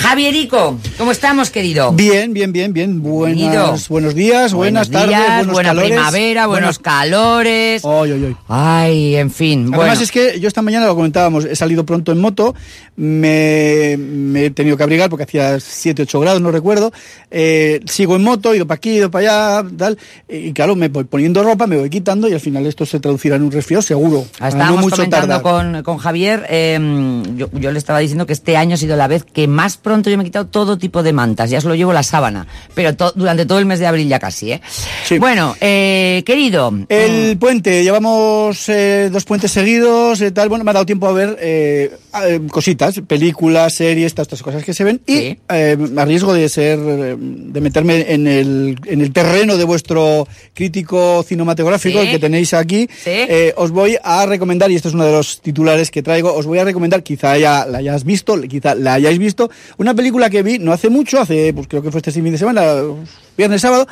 Javierico, ¿cómo estamos, querido? Bien, bien, bien, bien. Buenas, buenos días, buenas Buenos días, tardes, buenos buena calores. primavera, buenos calores. Ay, ay, ay. Ay, en fin. Bueno, Además es que yo esta mañana lo comentábamos, he salido pronto en moto, me, me he tenido que abrigar porque hacía 7, 8 grados, no recuerdo, eh, sigo en moto, he ido para aquí, he ido para allá, tal, Eh, y claro, me voy poniendo ropa, me voy quitando y al final esto se traducirá en un resfriado seguro, a no Ah, estábamos mucho comentando tardar. con, con Javier, eh, yo, yo le estaba diciendo que este año ha sido la vez que más pronto yo me he quitado todo tipo de mantas, ya solo llevo la sábana, pero to- durante todo el mes de abril ya casi, ¿eh? Sí. Bueno, eh, querido, mm, El puente, llevamos eh, dos puentes seguidos, eh, tal. Bueno, me ha dado tiempo a ver eh, a- eh, cositas, películas, series, todas estas cosas que se ven. Y Sí. eh, a riesgo de ser, eh, de meterme en el, en el terreno de vuestro crítico cinematográfico, Sí. el que tenéis aquí, Sí. eh, os voy a recomendar, y este es uno de los titulares que traigo, os voy a recomendar, quizá ya la hayas visto, quizá la hayáis visto, una película que vi no hace mucho, hace, pues creo que fue este fin de semana, viernes, sábado,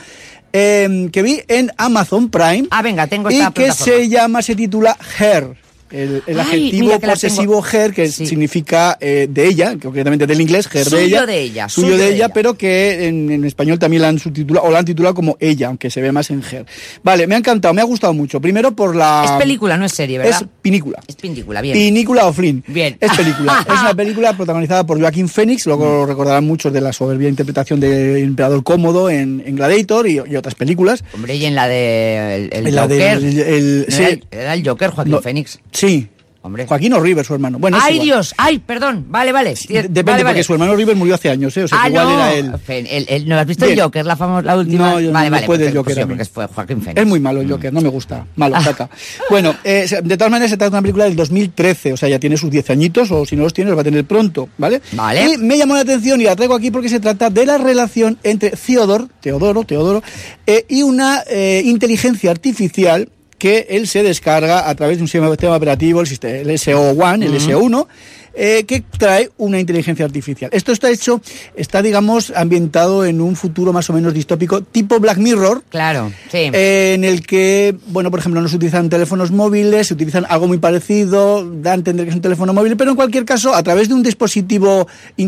eh, que vi en Amazon Prime ah, venga, tengo y esta que plataforma. se llama, se titula Her. El, el Ay, adjetivo mira que la posesivo her, que Sí. significa eh, de ella, concretamente del inglés, her Suyo de ella. de ella, Suyo, de, ella, pero que en, en español también la han subtitulado, o la han titulado como ella, aunque se ve más en her. Vale, me ha encantado, me ha gustado mucho. Primero por la... Es película, no es serie, ¿verdad? Es pinícula. Es película, bien. Pinícula o Flynn. Bien. Es película. es una película protagonizada por Joaquín Phoenix, luego Mm. lo recordarán muchos de la soberbia interpretación de Emperador Cómodo en, en Gladiator y- y otras películas. Hombre, y en la de el, el En la de- Joker. el- el- ¿No sí. era, el, era el Joker, Joaquín No. Fénix. Sí. Hombre. Joaquín O'River, su hermano. Bueno, es ¡Ay, igual. Dios! ¡Ay, perdón! Vale, vale. De- Depende, Vale, porque vale. su hermano River murió hace años, ¿eh? O sea, que ah, igual no. era él. Fe- el- el- ¿No has visto el Bien. Joker, la, famosa, la última? No, yo no vale, me vale, puedo el perfecto, Joker sí, a mí. porque fue Joaquín Fénix. Mm. Ah. Es muy malo el Joker, no me gusta. Malo, caca. Bueno, eh, se- de todas maneras se trata de una película del 2013, o sea, ya tiene sus 10 añitos, o si no los tiene, los va a tener pronto, ¿vale? Vale. Y me llamó la atención y la traigo aquí porque se trata de la relación entre Theodor, Teodoro, Teodoro, eh, y una eh, inteligencia artificial que él se descarga a través de un sistema operativo, el, siste- el SO1, el SO1, eh, que trae una inteligencia artificial. Esto está hecho, está, digamos, ambientado en un futuro más o menos distópico, tipo Black Mirror, Claro, sí. eh, en el que, bueno, por ejemplo, no se utilizan teléfonos móviles, se utilizan algo muy parecido, da a entender que es un teléfono móvil, pero en cualquier caso, a través de un dispositivo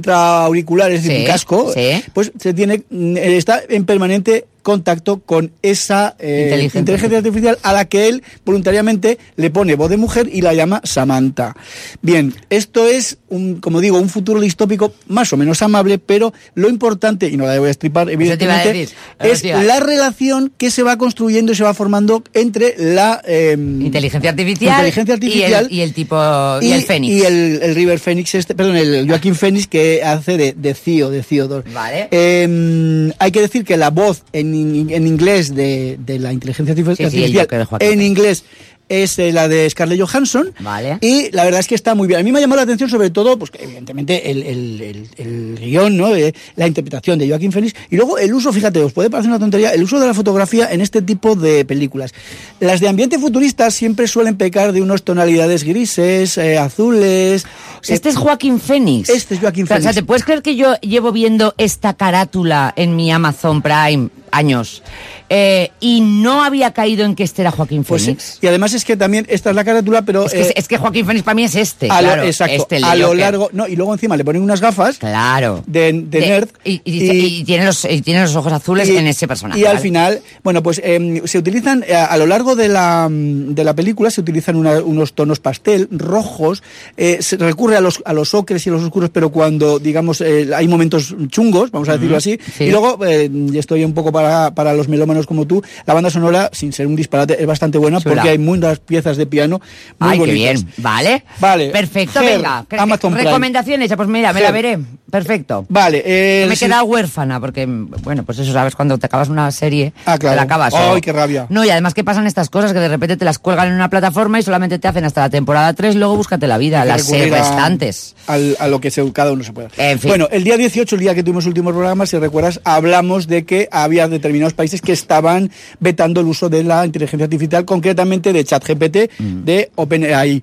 intraauricular, es decir, Sí, un casco, sí. pues se tiene, mm, eh, está en permanente contacto con esa eh, Inteligencia. inteligencia. artificial a la que él voluntariamente le pone voz de mujer y la llama Samantha. Bien, esto es, un, como digo, un futuro distópico más o menos amable, pero lo importante, y no la voy a estripar, Eso te iba a evidentemente, decir. es Eso te iba a la relación que se va construyendo y se va formando entre la eh, inteligencia artificial. inteligencia artificial Y el, y el tipo. Y, el Fénix. y el- el River Fénix, este, perdón, el Joaquín Fénix que hace de, de Cío, de E Theodore. Vale. Eh, hay que decir que la voz en, in- en inglés de, de la inteligencia artifici- Sí, sí, el artificial, Joker de Joaquín en Fénix. inglés es eh, la de Scarlett Johansson. Vale. Y la verdad es que está muy bien. A mí me ha llamado la atención sobre todo, pues que evidentemente, el, el- el- el guión, ¿no? Eh, la interpretación de Joaquín Fénix. Y luego el uso, fíjate, os puede parecer una tontería, el uso de la fotografía en este tipo de películas. Las de ambiente futurista siempre suelen pecar de unas tonalidades grises, eh, azules. O sea, eh, este es Joaquín Fénix. Este es Joaquín O sea, O sea, Fénix. ¿te puedes creer que yo llevo viendo esta carátula en mi Amazon Prime años? Eh, y no había caído en que este era Joaquín pues, Fénix. y además es que también esta es la carátula, pero. es, que, eh, es que Joaquín Fénix para mí es este. a lo, claro, exacto, este, el de a lo Joker. largo. No, y luego encima le ponen unas gafas. Claro. De- de nerd. Y, y dice- Y- y tiene los, y tiene los ojos azules Y- en ese personaje. Y al ¿vale? final, bueno, pues em, se utilizan, eh, a, lo largo de la, mm, de la película, se utilizan una- unos tonos pastel, rojos, eh, se recurre a los, a los ocres y a los oscuros, pero cuando, digamos, eh, hay momentos chungos, vamos a decirlo así, sí. y luego, eh, y estoy un poco para, para los melómanos como tú, la banda sonora, sin ser un disparate, es bastante buena Chula. porque hay muchas piezas de piano muy Ay, bonitas. qué bien. Vale. Vale. Perfecto, Ger, venga. Cre- Amazon Prime. Recomendaciones, pues mira, me la Ger. veré. Perfecto. Vale, eh, me he sí. quedado huérfana porque, bueno, pues eso sabes, cuando te acabas una serie, Ah, claro. te la acabas. Ay, qué rabia. No, y además que pasan estas cosas que de repente te las cuelgan en una plataforma y solamente te hacen hasta la temporada 3, luego búscate la vida, que las series recurrir a- restantes. al- a lo que se, cada uno se pueda. En fin. Bueno, el día 18, el día que tuvimos el último programa, si recuerdas, hablamos de que había determinados países que estaban vetando el uso de la inteligencia artificial, concretamente de ChatGPT, de OpenAI.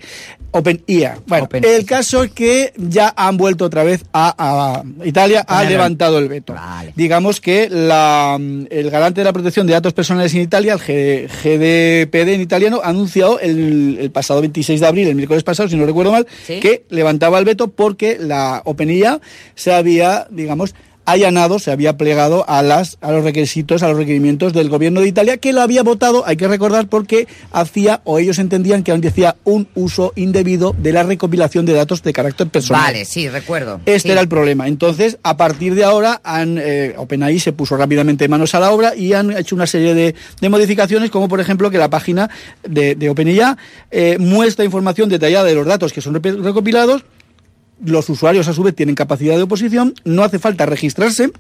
OpenIA. Mm. Bueno, Open- el caso es que ya han vuelto otra vez a, a- Italia, ha Ponerlo. levantado el veto. Vale. Digamos que la, el garante de la protección de datos personales en Italia, el G- GDPD en italiano, ha anunciado el, el pasado 26 de abril, el miércoles pasado, si no recuerdo mal, Sí. que levantaba el veto porque la OpenIA se había, digamos, allanado, se había plegado a las a los requisitos, a los requerimientos del gobierno de Italia que lo había votado, hay que recordar porque hacía o ellos entendían que hacía un uso indebido de la recopilación de datos de carácter personal. Vale, sí, recuerdo. Este Sí. era el problema. Entonces, a partir de ahora, han, eh, OpenAI se puso rápidamente manos a la obra y han hecho una serie de, de modificaciones, como por ejemplo que la página de, de OpenAI eh, muestra información detallada de los datos que son repi- recopilados. Los usuarios, a su vez, tienen capacidad de oposición. No hace falta registrarse.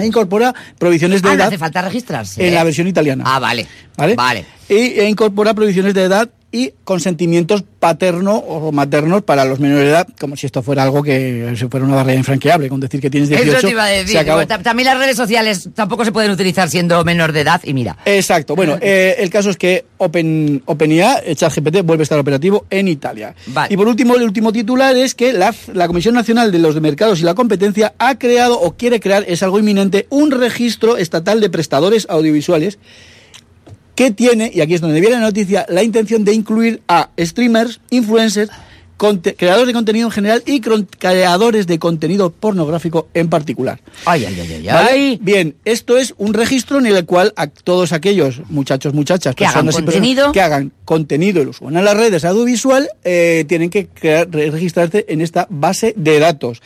E incorpora provisiones de Ah, no edad hace falta registrarse. en ¿eh? la versión italiana. Ah, vale. ¿vale? Vale. Y, e incorpora prohibiciones de edad y consentimientos paterno o maternos para los menores de edad, como si esto fuera algo que se fuera una barrera infranqueable, con decir que tienes 18. Eso te iba a se decir. acabó. Digo, ta- También las redes sociales tampoco se pueden utilizar siendo menor de edad y mira. Exacto. Bueno, eh, el caso es que Open, OpenIA, eh, ChatGPT, vuelve a estar operativo en Italia. Vale. Y por último, el último titular es que la, la Comisión Nacional de los Mercados y la Competencia ha creado o quiere crear, es algo inminente, un registro estatal de prestadores audiovisuales que tiene, y aquí es donde viene la noticia, la intención de incluir a streamers, influencers, conte- creadores de contenido en general y cron- creadores de contenido pornográfico en particular. Ay, ay, ay, ay. ¿Vale? ay. Bien, esto es un registro en el cual a todos aquellos muchachos, muchachas, Que hagan personas y personas contenido. que hagan contenido y lo suban a las redes audiovisual, eh, tienen que crear- re- registrarse en esta base de datos.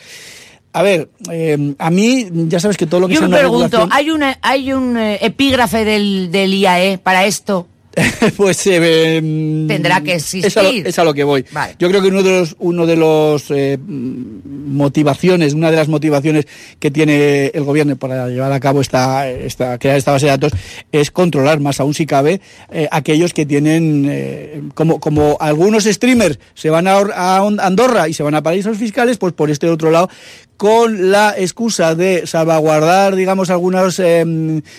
A ver, eh, a mí ya sabes que todo lo que Yo sea me una pregunto, regulación- ¿hay, una, ¿hay un eh, epígrafe del, del IAE para esto? pues eh, em, Tendrá que Es a, lo, existir. es a lo que voy. Vale. Yo creo que uno de los, uno de los eh, mm, motivaciones, una de las motivaciones que tiene el gobierno para llevar a cabo esta, esta crear esta base de datos es controlar más aún si cabe eh, aquellos que tienen eh, como como algunos streamers se van a, Or- a On- Andorra y se van a paraísos fiscales, pues por este otro lado con la excusa de salvaguardar, digamos, algunas eh,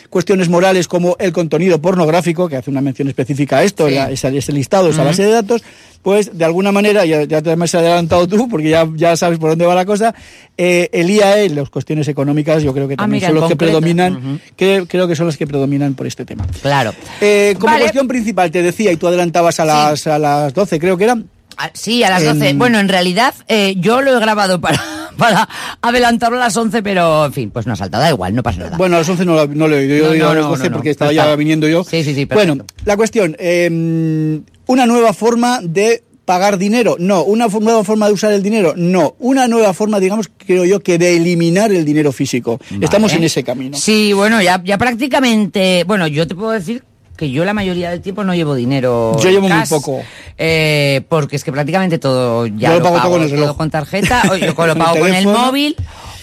cuestiones morales como el contenido pornográfico, que hace una mención específica a esto, Sí. la- esa- ese listado, esa base de datos, pues de alguna manera, ya, ya te me has adelantado tú, porque ya, ya sabes por dónde va la cosa, eh, el IAE, las cuestiones económicas, yo creo que Ah, también mira, son en los que concreto. predominan, Ujú. que, creo que son las que predominan por este tema. Claro. Eh, como Vale. cuestión principal, te decía, y tú adelantabas a las, a las 12, creo que eran. Ah, Sí, a las 12. En- Bueno, en realidad eh, yo lo he grabado para, para adelantarlo a las 11, pero en fin, pues no ha saltado, da igual, no pasa nada. Bueno, a las 11 no, la- no lo he oído, No, yo he oído no, a las no, 12 no, no. porque estaba Está. ya viniendo yo. Sí, sí, sí, perfecto. Bueno, la cuestión, eh, una nueva forma de pagar dinero, no, una fo- nueva forma de usar el dinero, no, una nueva forma, digamos, creo yo, que de eliminar el dinero físico. Estamos Vale. en ese camino. Sí, bueno, ya, ya prácticamente. Bueno, yo te puedo decir que yo la mayoría del tiempo no llevo dinero. Yo en llevo muy cash, poco. eh, porque es que prácticamente todo ya Yo lo, lo pago todo con el todo reloj. con tarjeta, o yo lo Con el pago con el teléfono. móvil,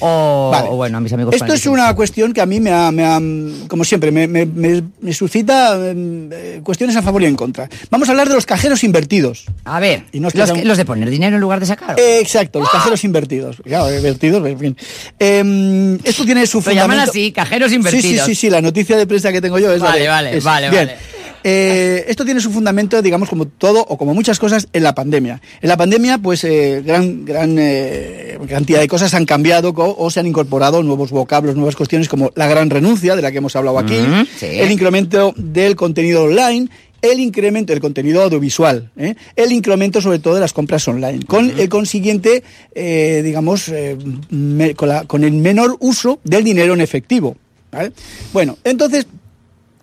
o, Vale. o bueno, a mis amigos. con Esto el es una cuestión que a mí me, ha- me ha- como siempre, me, me- me- me suscita eh, cuestiones a favor y en contra. Vamos a hablar de los cajeros invertidos. A ver, Y no es que los, sea que- un- los de poner dinero en lugar de sacar. Eh, Exacto, los ¡Ah! cajeros invertidos. Claro, invertidos, en fin. Em, esto tiene su Lo llaman fundamento- así, cajeros Sí, sí, invertidos. sí, sí, la noticia de prensa que tengo yo es la Vale, de- vale, es- vale, bien. vale. Eh, esto tiene su fundamento, digamos, como todo o como muchas cosas en la pandemia. En la pandemia, pues, eh, gran, gran eh, cantidad de cosas han cambiado co- o se han incorporado nuevos vocablos, nuevas cuestiones como la gran renuncia, de la que hemos hablado aquí, Mm, sí. el incremento del contenido online, el incremento del contenido audiovisual, ¿eh? el incremento sobre todo de las compras online, con el consiguiente, eh, digamos, eh, me- con, la- con el menor uso del dinero en efectivo. ¿vale? Bueno, entonces,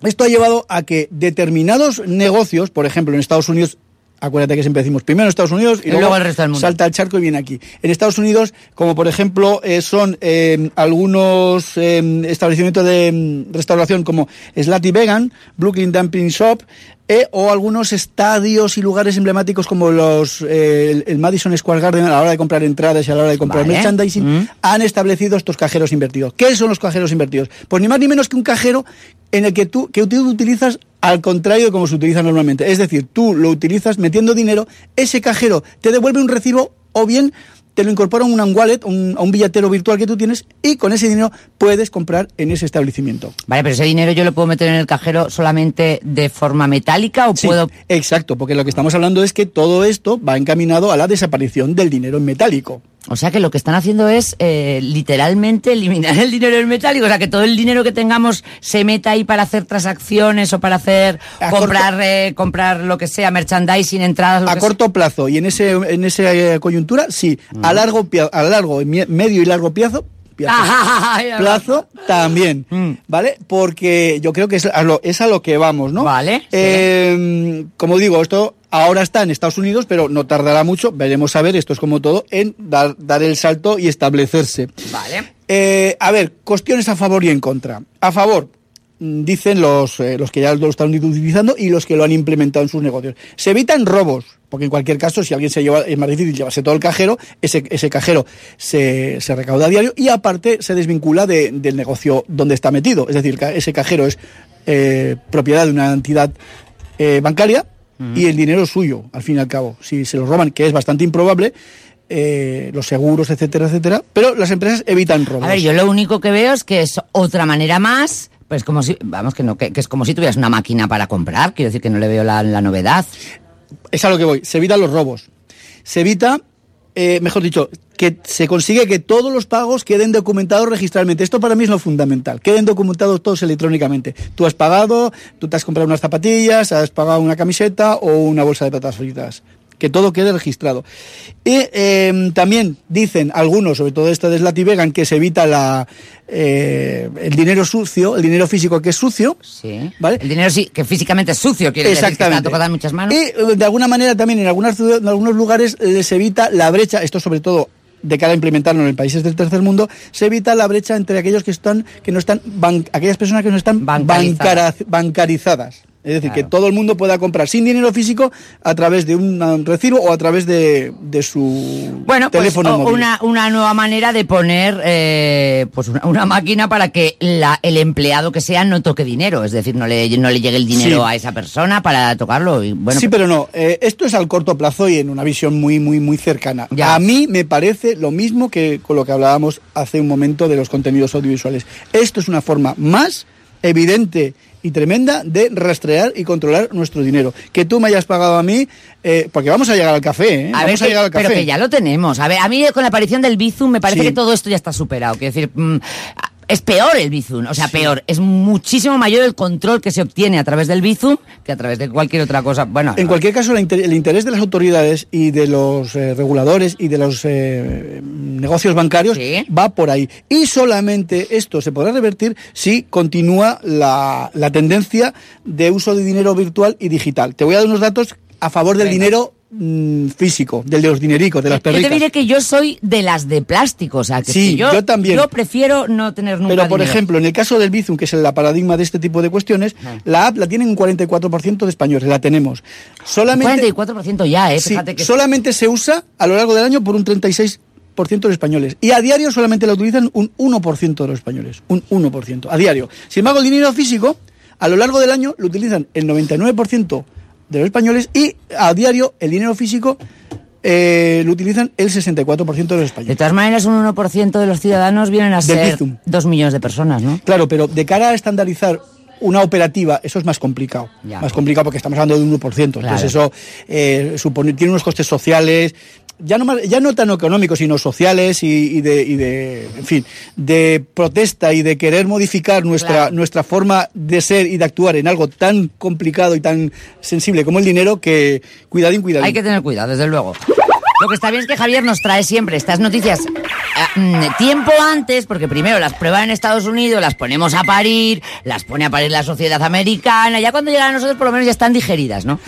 esto ha llevado a que determinados negocios, por ejemplo, en Estados Unidos, acuérdate que siempre decimos primero Estados Unidos y Y luego, luego el resto del mundo. salta al charco y viene aquí. En Estados Unidos, como por ejemplo eh, son eh, algunos eh, establecimientos de mm, restauración como Slaty Vegan, Brooklyn Dumping Shop, eh, o algunos estadios y lugares emblemáticos como los eh, el, el Madison Square Garden a la hora de comprar entradas y a la hora de comprar Vale. merchandising, Mm. han establecido estos cajeros invertidos. ¿Qué son los cajeros invertidos? Pues ni más ni menos que un cajero en el que tú, que tú utilizas al contrario de como se utiliza normalmente. Es decir, tú lo utilizas metiendo dinero, ese cajero te devuelve un recibo o bien te lo incorpora a una wallet, un- a un billetero virtual que tú tienes y con ese dinero puedes comprar en ese establecimiento. Vale, pero ese dinero yo lo puedo meter en el cajero solamente de forma metálica o Sí, puedo. Exacto, porque lo que estamos hablando es que todo esto va encaminado a la desaparición del dinero en metálico. O sea que lo que están haciendo es eh, literalmente eliminar el dinero en metálico. O sea que todo el dinero que tengamos se meta ahí para hacer transacciones o para hacer A comprar eh, comprar lo que sea, merchandising, entradas, lo A que corto plazo y en ese en esa eh, coyuntura, sí. Mm. A largo pia- a largo, mi- medio y largo plazo, sea. plazo, Ay, ay, ay. plazo también, Mm. ¿vale? Porque yo creo que es a lo, es a lo que vamos, ¿no? Vale, Eh, Como digo, esto ahora está en Estados Unidos, pero no tardará mucho, veremos a ver, esto es como todo, en dar, dar el salto y establecerse. Vale. Eh, a ver, cuestiones a favor y en contra. A favor, mm, dicen los, eh, los que ya lo están utilizando y los que lo han implementado en sus negocios. Se evitan robos, porque en cualquier caso, si alguien se lleva, es más difícil llevarse todo el cajero, ese, ese cajero se, se recauda a diario y aparte se desvincula de- del negocio donde está metido. Es decir, ca- ese cajero es eh, propiedad de una entidad eh, bancaria y el dinero es suyo, al fin y al cabo. Si se lo roban, que es bastante improbable, eh, los seguros, etcétera, etcétera. Pero las empresas evitan robos. A ver, yo lo único que veo es que es otra manera más. Pues como si, vamos, que no, que, que es como si tuvieras una máquina para comprar, quiero decir que no le veo la, la novedad. Es a lo que voy. Se evitan los robos. Se evita, eh, mejor dicho, que se consigue que todos los pagos queden documentados registralmente. Esto para mí es lo fundamental. Queden documentados todos electrónicamente. Tú has pagado, tú te has comprado unas zapatillas, has pagado una camiseta o una bolsa de patatas fritas. Que todo quede registrado. Y eh, también dicen algunos, sobre todo esta de Slati Vegan, que se evita la, eh, el dinero sucio, el dinero físico que es sucio. Sí. Vale. El dinero sí, que físicamente es sucio, quiere decir que te ha Exactamente. tocado en muchas manos. Y eh, de alguna manera también en, algunas, ciudad- en algunos lugares eh, les evita la brecha, esto sobre todo de cara a implementarlo en países del tercer mundo, se evita la brecha entre aquellos que están, que no están, ban- aquellas personas que no están Bancarizadas. bancariz- bancarizadas. Es decir, Claro. que todo el mundo pueda comprar sin dinero físico a través de un recibo o a través de, de su Bueno, pues teléfono o- móvil. una, una nueva manera de poner eh, pues una, una máquina para que la- el empleado que sea no toque dinero, es decir, no le, no le llegue el dinero Sí. a esa persona para tocarlo. Y, bueno, pues- sí, pero no. eh, esto es al corto plazo y en una visión muy, muy, muy cercana. Ya. A mí me parece lo mismo que con lo que hablábamos hace un momento de los contenidos audiovisuales. Esto es una forma más evidente y tremenda de rastrear y controlar nuestro dinero. Que tú me hayas pagado a mí, eh, porque vamos a llegar al café, ¿eh? A vamos ver, a llegar al que- café. pero que ya lo tenemos. A ver, a mí con la aparición del Bizum me parece Sí. que todo esto ya está superado. Quiero decir, mm, a- es peor el Bizum, o sea, peor. Es muchísimo mayor el control que se obtiene a través del Bizum que a través de cualquier otra cosa. Bueno, En no. cualquier caso, la inter- el interés de las autoridades y de los eh, reguladores y de los eh, negocios bancarios Sí. va por ahí. Y solamente esto se podrá revertir si continúa la, la tendencia de uso de dinero virtual y digital. Te voy a dar unos datos a favor del Venga. dinero mm, físico, del de los dinericos, de las Yo te perricas. diré que yo soy de las de plástico, o sea, que Sí, si yo, yo también. Yo prefiero no tener nunca Pero, por dinero. ejemplo, en el caso del Bizum, que es el paradigma de este tipo de cuestiones, Ajá. la app la tienen un 44% de españoles, la tenemos. Solamente 44% ya, ¿eh? Sí, Fíjate que... solamente se usa a lo largo del año por un 36% de los españoles. Y a diario solamente la utilizan un 1% de los españoles. Un 1%. A diario. Sin embargo, el dinero físico, a lo largo del año lo utilizan el 99% de los españoles y a diario el dinero físico eh, lo utilizan el 64% de los De españoles. todas maneras, un 1% de los ciudadanos vienen a Del ser Bizum. 2 millones de personas, ¿no? Claro, pero de cara a estandarizar una operativa, eso es más complicado. Ya. Más complicado porque estamos hablando de un 1%. Claro. Entonces eso eh, supone, tiene unos costes sociales, ya no, más- ya no tan económicos, sino sociales y, y de, y de, en fin, de protesta y de querer modificar nuestra, Claro. nuestra forma de ser y de actuar en algo tan complicado y tan sensible como el dinero que cuidadín, cuidadín. Hay que tener cuidado, desde luego. Lo que está bien es que Javier nos trae siempre estas noticias ah, mm, tiempo antes, porque primero las prueban en Estados Unidos, las ponemos a parir, las pone a parir la sociedad americana, ya cuando llegan a nosotros por lo menos ya están digeridas, ¿no?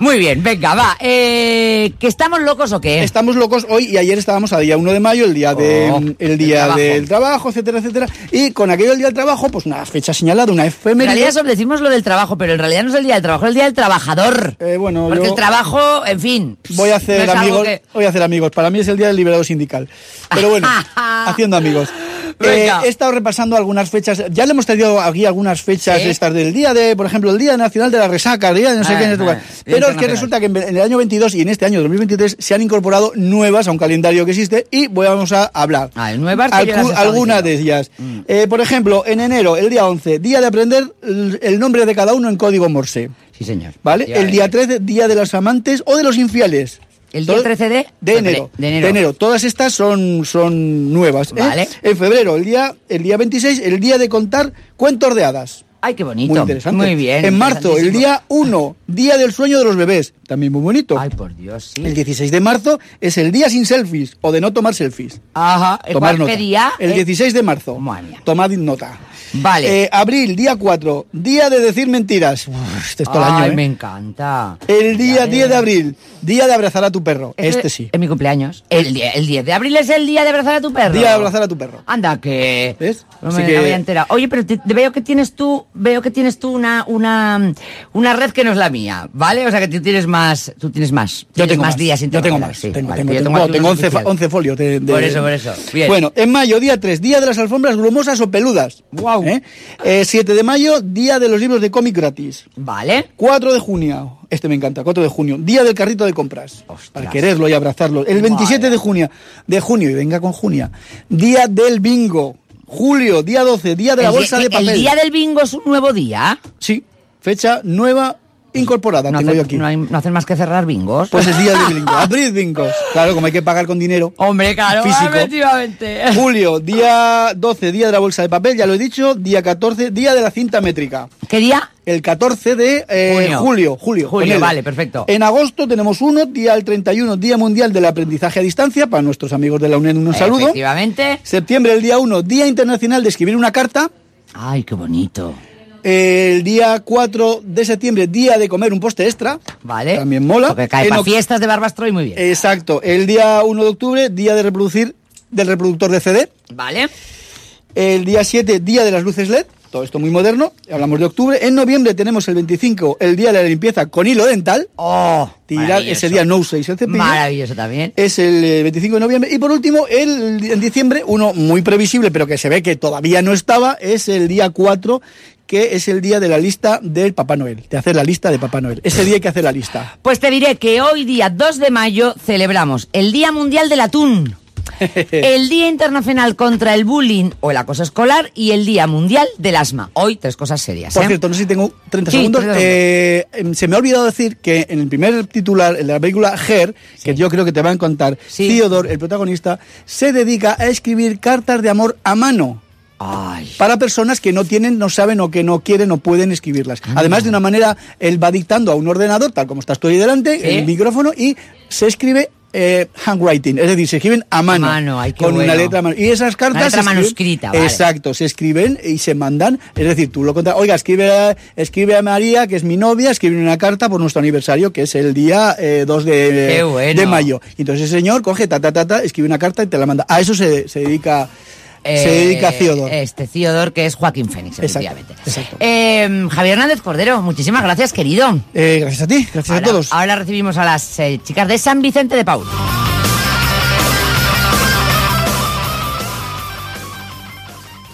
Muy bien, venga, va. Eh, ¿Que estamos locos o qué? Estamos locos hoy y ayer estábamos a día 1 de mayo, el día, de, Oh, el el día trabajo. del trabajo, etcétera, etcétera. Y con aquello del día del trabajo, pues una fecha señalada, una En efeméride. realidad solo decimos lo del trabajo, pero en realidad no es el día del trabajo, es el día del trabajador. Eh, bueno, Porque yo- el trabajo, en fin. Voy a no hacer es algo amigos. que- Voy a hacer amigos. Para mí es el día del liberado sindical. Pero bueno, haciendo amigos. Eh, Venga. he estado repasando algunas fechas. Ya le hemos traído aquí algunas fechas Sí. estas del día de, por ejemplo, el Día Nacional de la Resaca, el Día de no sé Ah, qué. no sé ah, cuál. Día Pero es que Internacional. resulta que en en el año 22 y en este año 2023 se han incorporado nuevas a un calendario que existe y vamos a hablar. Ah, nuevas que ya las Alcu- estaba Algunas de diciendo. Mm. ellas. Eh, por ejemplo, en enero, el día 11, Día de aprender el el nombre de cada uno en código Morse. Sí, señor. ¿Vale? Iba a El día decir. 13, Día de los Amantes o de los Infieles. ¿El día Todo- 13 de? De enero, De enero. Todas estas son, son nuevas. ¿eh? Vale. En febrero, el día, el día 26, el día de contar cuentos de hadas. Ay, qué bonito. Muy interesante. Muy bien. En marzo, el interesantísimo. día 1, día del sueño de los bebés. También muy bonito. Ay, por Dios, sí. El 16 de marzo es el día sin selfies o de no tomar selfies. Ajá. ¿eh, Tomar ¿cuál- nota. ¿Qué día? El Eh, 16 de marzo. Madre mía. Tomad nota. Vale. Eh, abril, día 4, día de decir mentiras. Uf, este es todo el año, Ay, ¿eh? me encanta. El Ya día 10 de ves. abril, día de abrazar a tu perro. Ese- Este sí. Es mi cumpleaños. El, día- el 10 de abril es el día de abrazar a tu perro. Día de abrazar a tu perro. Anda, que... ¿Ves? No Así me que- no me había enterado. Oye, pero te- te veo que tienes tú, veo que tienes tú una, una, una red que no es la mía, ¿vale? O sea, que tú tienes más, tú tienes más. Tienes más días Yo tengo incorporados, más. sí, tengo, vale, tengo, yo tengo, aquí tengo unos 11, fa- especiales. 11 folios. de- de- Por eso, por eso. Bien. Bueno, en mayo, día 3, día de las alfombras grumosas o peludas. Guau. ¿Eh? Eh, 7 de mayo, día de los libros de cómic gratis. Vale. 4 de junio, este me encanta, 4 de junio, día del carrito de compras. Ostras. eh. Para quererlo y abrazarlo. El 27 Vale. de junio, de junio, y venga con junio, día del bingo. Julio, día 12, día de la El bolsa día- de papel. El día del bingo es un nuevo día. Sí, fecha nueva incorporada, No, tengo hacen- yo aquí. no hay- no hacen más que cerrar bingos. Pues es día de bingo. Abrid bingos. Claro, como hay que pagar con dinero. Hombre, claro, Físico. efectivamente. Julio, día 12, día de la bolsa de papel, ya lo he dicho. Día 14, día de la cinta métrica. ¿Qué día? El 14 de eh, Junio. julio. Julio, Julio, con L. vale, perfecto. En agosto tenemos uno, día el 31, Día Mundial del Aprendizaje a Distancia. Para nuestros amigos de la UNED, un saludo. Efectivamente. Septiembre, el día 1, Día Internacional de Escribir una Carta. Ay, qué bonito. El día 4 de septiembre, Día de Comer un Poste Extra. Vale. También mola. Eh, Porque cae En para oc- fiestas de Barbastro y muy bien. Exacto. El día 1 de octubre, día de reproducir del reproductor de CD. Vale. El día 7, día de las luces LED. Todo esto muy moderno. Hablamos de octubre. En noviembre tenemos el 25, el día de la limpieza con hilo dental. Oh, Tirar maravilloso. ese día no uséis el cepillo. Maravilloso también. Es el eh, 25 de noviembre. Y por último, el, en diciembre, uno muy previsible, pero que se ve que todavía no estaba, es el día 4, que es el día de la lista del Papá Noel. De hacer la lista de Papá Noel. Ese día hay que hacer la lista. Pues te diré que hoy día 2 de mayo celebramos el Día Mundial del Atún, el Día Internacional contra el Bullying o el Acoso Escolar y el Día Mundial del Asma. Hoy tres cosas serias. Por ¿eh? cierto, no sé si tengo 30 Sí, segundos. 30 Eh, em, se me ha olvidado decir que en el primer titular, en la película Her, que yo creo que te va a encantar, Sí. Theodore, el protagonista, se dedica a escribir cartas de amor a mano Ay. para personas que no tienen, no saben o que no quieren o pueden escribirlas. Además, de una manera, él va dictando a un ordenador, tal como estás tú ahí delante, Sí. el micrófono, y se escribe eh, handwriting, es decir, se escriben a mano, mano, ay, qué con una bueno. letra a mano. Y esas cartas... letra se escriben- manuscrita, vale. Exacto, se escriben y se mandan, es decir, tú lo contas, oiga, escribe, a- escribe a María, que es mi novia, escribe una carta por nuestro aniversario, que es el día eh, 2 de, Qué bueno. de mayo. Y entonces el señor coge, ta, ta, ta, ta, escribe una carta y te la manda. A eso se, se dedica... se Eh, dedica Theodore. Este Theodore, que es Joaquín Fénix, Exacto, efectivamente. exacto. Eh, Javier Hernández Cordero, muchísimas gracias, querido. Eh, gracias a ti, gracias ahora, a todos. ahora recibimos a las eh, chicas de San Vicente de Paul.